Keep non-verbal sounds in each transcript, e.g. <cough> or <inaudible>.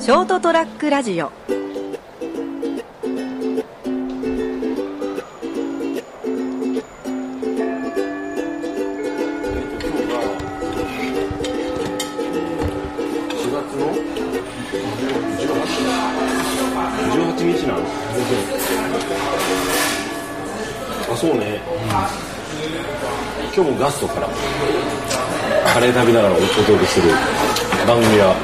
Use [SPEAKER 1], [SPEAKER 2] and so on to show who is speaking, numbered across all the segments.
[SPEAKER 1] ショートトラックラジオ
[SPEAKER 2] えっと今日が4月の18日なんあそうね、今日もガストからカレー食べながらお届けする番組は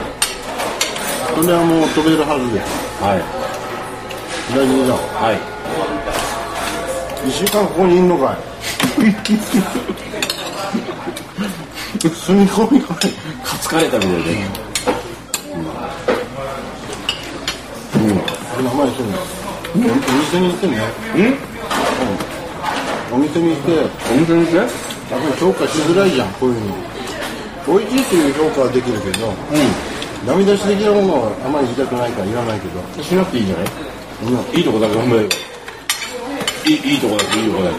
[SPEAKER 3] これはもう飛べるはずで
[SPEAKER 2] はい
[SPEAKER 3] 大丈夫だ
[SPEAKER 2] はい
[SPEAKER 3] 1週間ここにいん <laughs> のかい住み込みかい
[SPEAKER 2] カツカレー食べてるね
[SPEAKER 3] これ名前そうねお店に行ってねうんお店に行ってやっ
[SPEAKER 2] お店に行って
[SPEAKER 3] ぱり評価しづらいじゃんこういうの美味しいという評価はできるけど、ダメ出し的なものはあまり言いたくないから言わないけど
[SPEAKER 2] うんしなくていいんじゃないいいとこだけ頑張れよいいいいとこだけいいとこだ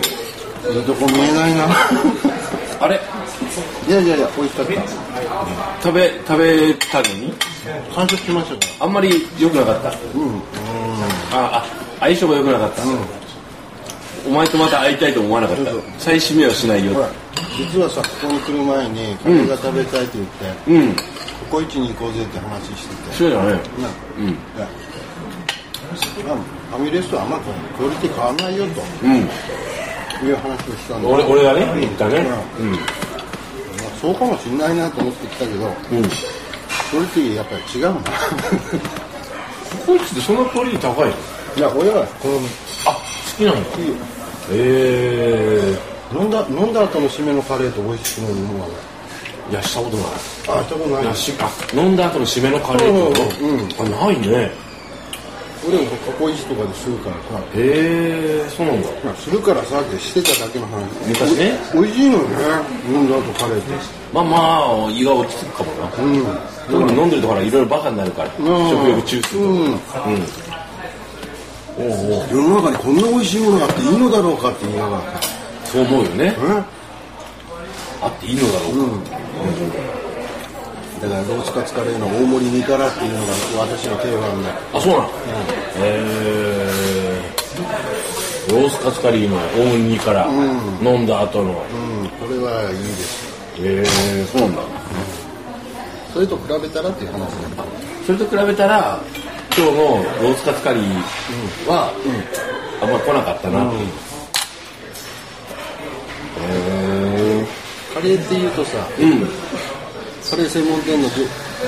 [SPEAKER 2] け
[SPEAKER 3] いいとこ見えない <laughs> な
[SPEAKER 2] あれ
[SPEAKER 3] いやいやいや美味しかった
[SPEAKER 2] 食べ食べたのに
[SPEAKER 3] 完食しましたか
[SPEAKER 2] あんまり良くなかった。あ、あ、相性が良くなかった。お前とまた会いたいと思わなかった
[SPEAKER 3] そうそう。
[SPEAKER 2] 再締めはしないよ
[SPEAKER 3] らほ。ら実はさここに来る前にカレーが食べたいって言っ
[SPEAKER 2] う
[SPEAKER 3] て、
[SPEAKER 2] ん。
[SPEAKER 3] ココイチに行こうぜって話してて
[SPEAKER 2] そうじゃない。
[SPEAKER 3] な、
[SPEAKER 2] うん
[SPEAKER 3] いやまあファミレスとあんまクオリティ変わんないよ
[SPEAKER 2] うん。
[SPEAKER 3] という話をしたんで
[SPEAKER 2] 俺、俺がね、言ったね。うん。
[SPEAKER 3] まあそうかもしんないなと思ってきたけど
[SPEAKER 2] うん。コ
[SPEAKER 3] クオリティやっぱり違うな
[SPEAKER 2] コイチってそんなクオリティ高いの
[SPEAKER 3] いや俺はこの
[SPEAKER 2] あ、好きなんだ。え
[SPEAKER 3] 飲んだ飲んだ後の締めのカレーと美味しく飲むものが
[SPEAKER 2] え。いや、したことない。
[SPEAKER 3] あしたことない
[SPEAKER 2] い
[SPEAKER 3] な
[SPEAKER 2] や、し、あ、飲んだ後の締めのカレーってこと
[SPEAKER 3] う
[SPEAKER 2] あ、ないね。
[SPEAKER 3] 俺もココイチとかでするからさ
[SPEAKER 2] へえ、そうなんだ。
[SPEAKER 3] まあするからさってしてただけの話
[SPEAKER 2] 昔ね
[SPEAKER 3] お美味しいのよね飲んだ後カレーって
[SPEAKER 2] まあまあ、胃が落ち着くかもな。
[SPEAKER 3] うん
[SPEAKER 2] 特に飲んでるとほら、いろいろバカになるから。食欲中枢とか。
[SPEAKER 3] うん
[SPEAKER 2] おうおう
[SPEAKER 3] 世の中にこんな美味しいものがあっていいのだろうかって言いながらさ
[SPEAKER 2] そう思うよね
[SPEAKER 3] うん
[SPEAKER 2] あっていいのだろうか、
[SPEAKER 3] だからロースカツカレーの大盛り2からっていうのが私の定番で
[SPEAKER 2] あそうなの、えー、ロースカツカリーの大麦煮から飲んだ後の、
[SPEAKER 3] うんこれはいいです
[SPEAKER 2] えー、そうなんだ
[SPEAKER 3] それと比べたらっていう話だ
[SPEAKER 2] それと比べたら今日のロースカツカリーは、あんまり来なかったな、え
[SPEAKER 3] カレーっていうとさ
[SPEAKER 2] ー、うん
[SPEAKER 3] カレー専門店のじ地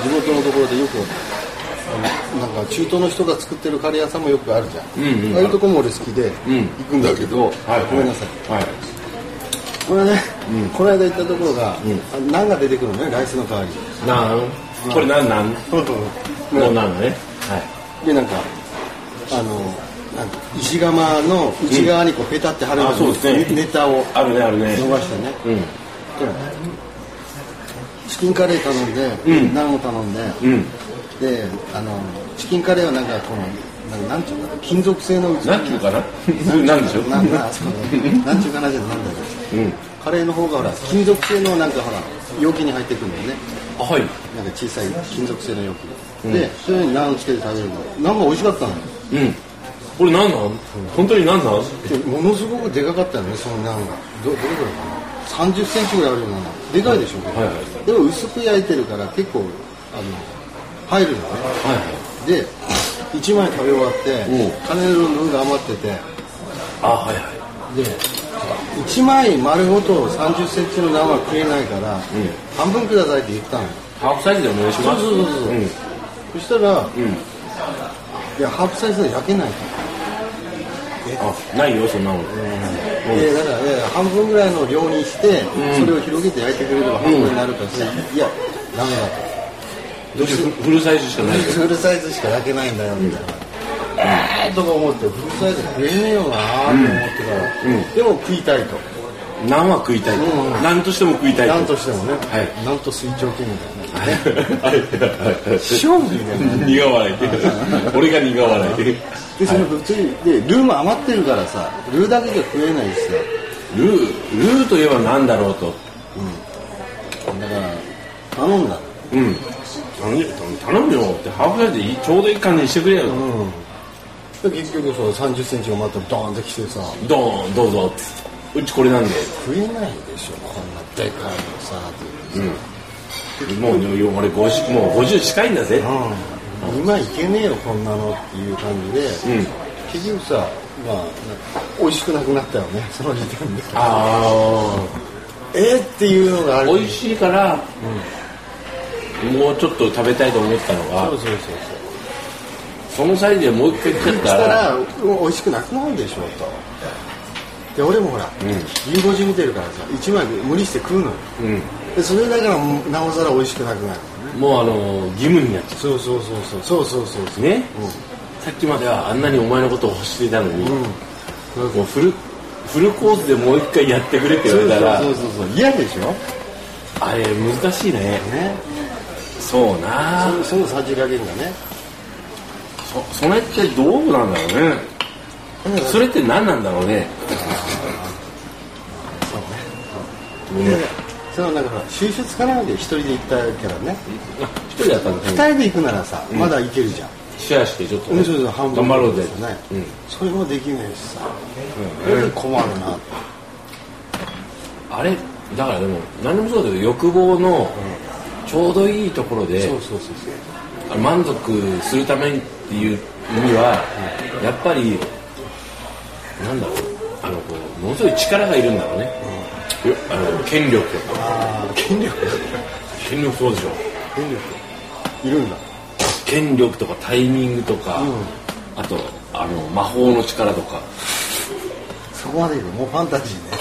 [SPEAKER 3] 元のところでよくあのなんか中東の人が作ってるカレー屋さんもよくあるじゃん、
[SPEAKER 2] うんうん
[SPEAKER 3] ああいうとこも俺好きで
[SPEAKER 2] うん
[SPEAKER 3] 行くんだけど、
[SPEAKER 2] はい
[SPEAKER 3] ごめんなさい
[SPEAKER 2] はい
[SPEAKER 3] これね、この間行ったところが、あナンが出てくるのねライスの代わりに
[SPEAKER 2] なんこれなんなん
[SPEAKER 3] ね
[SPEAKER 2] もうなんだねはい
[SPEAKER 3] <laughs> でなんかあのなんか石窯の内側にこうペタって貼るよ
[SPEAKER 2] あそうですね
[SPEAKER 3] ネタを
[SPEAKER 2] あるねあるね
[SPEAKER 3] 逃したね、
[SPEAKER 2] うん
[SPEAKER 3] チキンカレー頼んで、
[SPEAKER 2] うん
[SPEAKER 3] ナンを頼んで、
[SPEAKER 2] うん
[SPEAKER 3] であのチキンカレーはなんかこのなんなんていうかな金属製の器
[SPEAKER 2] なんていうかななんでしょ
[SPEAKER 3] ななそうなんていうかなじゃなんだけど、
[SPEAKER 2] うん
[SPEAKER 3] カレーの方がほら金属製のなんかほら容器に入ってくるんだよね
[SPEAKER 2] あはい
[SPEAKER 3] なんか小さい金属製の容器で、それにナンつけて食べるのナンが美味しかったのよ
[SPEAKER 2] うんこれなんなん本当になんなん
[SPEAKER 3] でものすごくでかかったよねそのナンがどどれぐらいかな3 0センチぐらいあるようなナンでかいでしょうけど、
[SPEAKER 2] はいはい
[SPEAKER 3] でも薄く焼いてるから結構あの入るのね
[SPEAKER 2] はいはい
[SPEAKER 3] で1枚食べ終わって
[SPEAKER 2] うん
[SPEAKER 3] 金の分が余ってて
[SPEAKER 2] あはいはい
[SPEAKER 3] で1枚丸ごと3 0センチのナンは食えないから、半分くださいって言ったのよ
[SPEAKER 2] ハーフサイズでお願いします
[SPEAKER 3] そうそうそうそう
[SPEAKER 2] うん
[SPEAKER 3] そしたら、
[SPEAKER 2] ん
[SPEAKER 3] いやハーフサイズは焼けないから
[SPEAKER 2] あないよそんなの
[SPEAKER 3] でだから、ね、半分ぐらいの量にして、それを広げて焼いてくれれば半分になるからさ、いやダメだと
[SPEAKER 2] どうしようフルサイズしかないよ
[SPEAKER 3] フルサイズしか焼けないんだよみたいな、えーとか思ってフルサイズ食えねえよなーって思ってから、でも食いたいと
[SPEAKER 2] 何は食いたい
[SPEAKER 3] うんうん
[SPEAKER 2] 何としても食いたい
[SPEAKER 3] なんとしてもね、
[SPEAKER 2] はい
[SPEAKER 3] なんと水蒸気みたいな
[SPEAKER 2] はいはいはい
[SPEAKER 3] 勝負みたいな
[SPEAKER 2] 苦 <laughs> 笑い俺が苦笑いル
[SPEAKER 3] でその物理でルーも余ってるからさルーだけじゃ食えないしさ
[SPEAKER 2] ールーといえば何だろうと
[SPEAKER 3] だから頼んだの
[SPEAKER 2] うん頼むよ頼むよってハーフサイズでいいちょうどいい感じにしてくれよ、
[SPEAKER 3] で結局その30センチのマットドーンってきてさ
[SPEAKER 2] どうどうぞっつってうちこれなんで
[SPEAKER 3] 食えないでしょこんなでかいのさっていう
[SPEAKER 2] もうよ俺50もう50近いんだぜ
[SPEAKER 3] うん今いけねえよこんなのっていう感じで、
[SPEAKER 2] うん
[SPEAKER 3] 結局さまあ美味しくなくなったよね <laughs> その時点で
[SPEAKER 2] あ
[SPEAKER 3] えっっていうのがあ
[SPEAKER 2] あ
[SPEAKER 3] る
[SPEAKER 2] 美味しいから、もうちょっと食べたいと思ったの
[SPEAKER 3] そう
[SPEAKER 2] が
[SPEAKER 3] そうそうそう
[SPEAKER 2] そのサイズでもう一回来ちゃっ
[SPEAKER 3] した
[SPEAKER 2] たら
[SPEAKER 3] らもう美味しくなくなるでしょうとで俺もほら、ゆう5時見てるからさ1枚無理して食うのよ
[SPEAKER 2] うん
[SPEAKER 3] でそれだからもうなおさら美味しくなくなる
[SPEAKER 2] もうあの義務になっちゃ
[SPEAKER 3] そうそうそうそうそうそうそう
[SPEAKER 2] う
[SPEAKER 3] そう
[SPEAKER 2] ねさっきまではあんなにお前のことを欲していたのに、
[SPEAKER 3] うん、うん、
[SPEAKER 2] もうフルフルコースでもう一回やってくれって言われたら
[SPEAKER 3] そうそうそうそう嫌でしょ
[SPEAKER 2] あれ難しいね
[SPEAKER 3] ね
[SPEAKER 2] そうな
[SPEAKER 3] そのさじ加減がね
[SPEAKER 2] そそれってどうなんだろうねそれって何なんだろうね
[SPEAKER 3] そうね
[SPEAKER 2] うん
[SPEAKER 3] でそのなんかほら収集つかないで一人で行ったからね
[SPEAKER 2] あ一人だったんだ
[SPEAKER 3] 二
[SPEAKER 2] けど
[SPEAKER 3] 人で行くならさまだ行けるじゃん
[SPEAKER 2] シェアしてちょっと
[SPEAKER 3] う
[SPEAKER 2] ね
[SPEAKER 3] んそうそう半分
[SPEAKER 2] 頑張ろうぜ
[SPEAKER 3] ね
[SPEAKER 2] うん
[SPEAKER 3] それもできないしさそれで困るなって
[SPEAKER 2] あれだからでも何でもそうだけど欲望のちょうどいいところで
[SPEAKER 3] そうそうそうそう
[SPEAKER 2] あの満足するためにっていうにはやっぱりなんだろうあのこうものすごい力がいるんだろうね、よあの権力とか
[SPEAKER 3] ああ権力
[SPEAKER 2] 権力そうでしょ
[SPEAKER 3] 権力いるんだ
[SPEAKER 2] 権力とかタイミングとか、
[SPEAKER 3] うん
[SPEAKER 2] あとあの魔法の力とか、
[SPEAKER 3] そこまでいるもうファンタジーね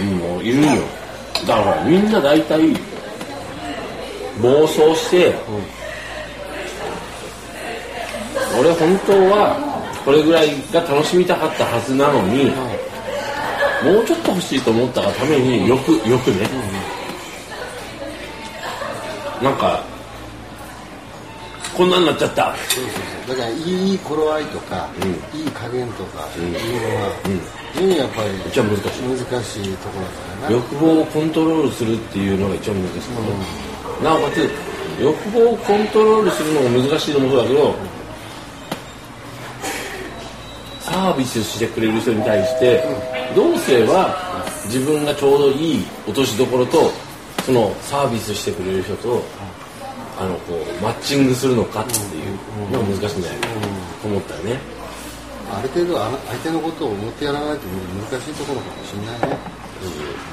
[SPEAKER 2] うん、もういるんよだからみんな大体妄想して、俺本当はこれぐらいが楽しみたかったはずなのに、もうちょっと欲しいと思ったがためによくよくね、なんかこんなんなっちゃった
[SPEAKER 3] そうそうそうだからいい頃合いとかいい加減とかいうのは非常にやっぱり
[SPEAKER 2] じゃあ難しい
[SPEAKER 3] 難しいところだからな
[SPEAKER 2] 欲望をコントロールするっていうのが一番難しいところ、なおかつ欲望をコントロールするのが難しいと思うだけど、サービスしてくれる人に対してどうすれば自分がちょうどいい落としどころとそのサービスしてくれる人とあのこうマッチングするのかっていうのが難しいんじゃないかなと思ったよね。
[SPEAKER 3] ある程度あの相手のことを思ってやらないと難しいところかもしれないね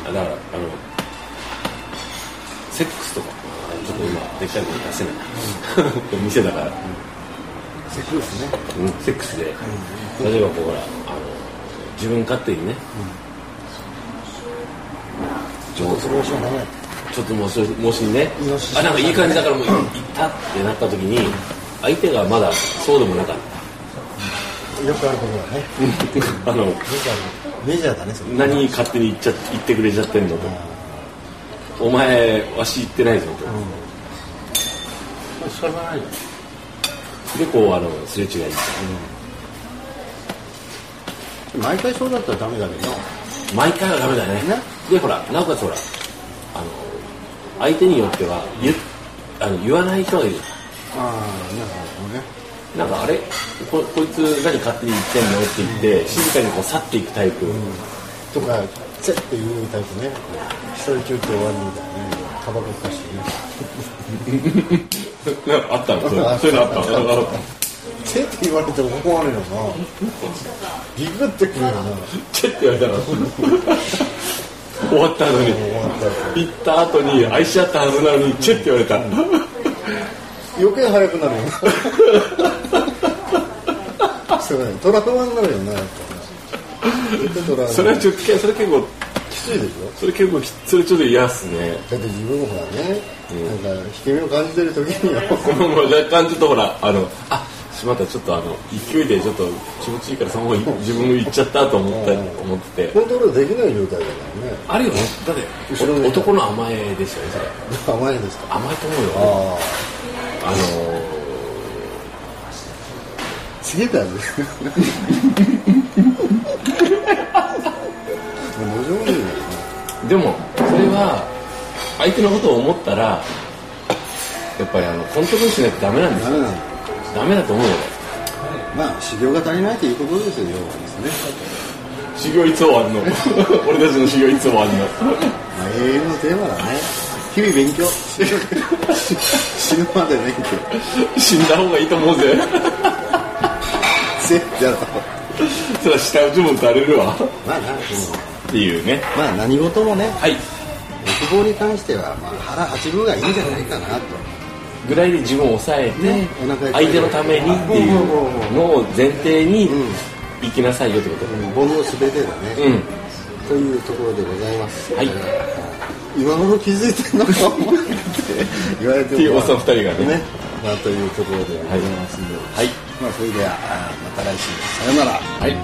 [SPEAKER 2] だからあのセックスとかちょっと今できたこと出せない、店だから、
[SPEAKER 3] セクですね
[SPEAKER 2] セックスで、例えばこうほらあの自分勝手にね、
[SPEAKER 3] ちょっとそれはしょうがない
[SPEAKER 2] ちょっともうそれもしね
[SPEAKER 3] イノシシ
[SPEAKER 2] あなんかいい感じだからもういったってなった時に相手がまだそうでもなかっ
[SPEAKER 3] よくあることだね
[SPEAKER 2] た <laughs> あの
[SPEAKER 3] メジャーメジャーだねそれ
[SPEAKER 2] 何勝手に言っちゃ言ってくれちゃってんのと、お前わし言ってないぞと、
[SPEAKER 3] しょうがないよ
[SPEAKER 2] でこうあのすれ違い
[SPEAKER 3] 毎回そうだったらダメだけど
[SPEAKER 2] 毎回はダメだね
[SPEAKER 3] ね
[SPEAKER 2] でほらなおかつほらあの相手によっては言あの言わない人がいる
[SPEAKER 3] ああなるほどね
[SPEAKER 2] なんかあれここいつ何勝手に言ってんのって言って、静かにこう去っていくタイプ、
[SPEAKER 3] とかチェッて言うタイプね一人中って終わりみたいなねタバコかしてね
[SPEAKER 2] なんかあったのそれそういうのあったの
[SPEAKER 3] チェッて言われても困るよなビビってくるよなもう
[SPEAKER 2] チェって言われた <laughs> ら終わった後に
[SPEAKER 3] 終わった後
[SPEAKER 2] 行った後に愛し合ったはずなのにチェって言われた、
[SPEAKER 3] 余計早くなる <laughs> よなそうだねトラウマになるよなやっ <laughs> ぱなトラウマ
[SPEAKER 2] それはちょっとそれ結構
[SPEAKER 3] きついでしょ
[SPEAKER 2] それ結構きそれちょっと嫌っすね
[SPEAKER 3] だって自分もほらね、なんか引け目を感じてる時には <laughs>
[SPEAKER 2] <laughs> この若干ちょっとほらあのあしまったちょっとあの勢いでちょっと気持ちいいからその方に自分も行っちゃったと思った思ってて
[SPEAKER 3] コントロールできない状態だからね
[SPEAKER 2] あるよねだっ
[SPEAKER 3] 後ろ向い
[SPEAKER 2] て
[SPEAKER 3] た
[SPEAKER 2] 男の甘えですよねそれ
[SPEAKER 3] 甘いですか
[SPEAKER 2] 甘いと思うよ
[SPEAKER 3] あ
[SPEAKER 2] あ
[SPEAKER 3] あ
[SPEAKER 2] の
[SPEAKER 3] つけたんですもう上手だよね
[SPEAKER 2] ーでもそれは相手のことを思ったらやっぱりあのコントロールしないとダメなんです
[SPEAKER 3] ダ
[SPEAKER 2] よ
[SPEAKER 3] メなの
[SPEAKER 2] ダメだと思うよ
[SPEAKER 3] まあ修行が足りないということですよ要はですね
[SPEAKER 2] 修行いつ終わん <laughs> の俺たちの修行いつ終わんの <laughs>
[SPEAKER 3] まあ永遠のテーマだね日々勉強死ぬまで勉強
[SPEAKER 2] 死んだ方がいいと思う <laughs> ぜ
[SPEAKER 3] せっじゃろ
[SPEAKER 2] そら下打ちもされるわ
[SPEAKER 3] まあな、うん
[SPEAKER 2] っていうね
[SPEAKER 3] まあ何事もね
[SPEAKER 2] はい
[SPEAKER 3] 欲望に関してはまあ腹八分がいいんじゃないかなと
[SPEAKER 2] ぐらいで自分を抑えて、
[SPEAKER 3] ねお腹いっぱい
[SPEAKER 2] 相手のためにっていうのを前提に
[SPEAKER 3] うん
[SPEAKER 2] 生きなさいよってこと
[SPEAKER 3] うん煩悩すべてだね、
[SPEAKER 2] うん
[SPEAKER 3] というところでございます
[SPEAKER 2] はい
[SPEAKER 3] 今頃気づいてんのか思って言われても
[SPEAKER 2] っていうおっさん二人がね
[SPEAKER 3] まあというところでございますんで、
[SPEAKER 2] はい
[SPEAKER 3] まあそれではあーまた来週さよなら
[SPEAKER 2] はい
[SPEAKER 1] ー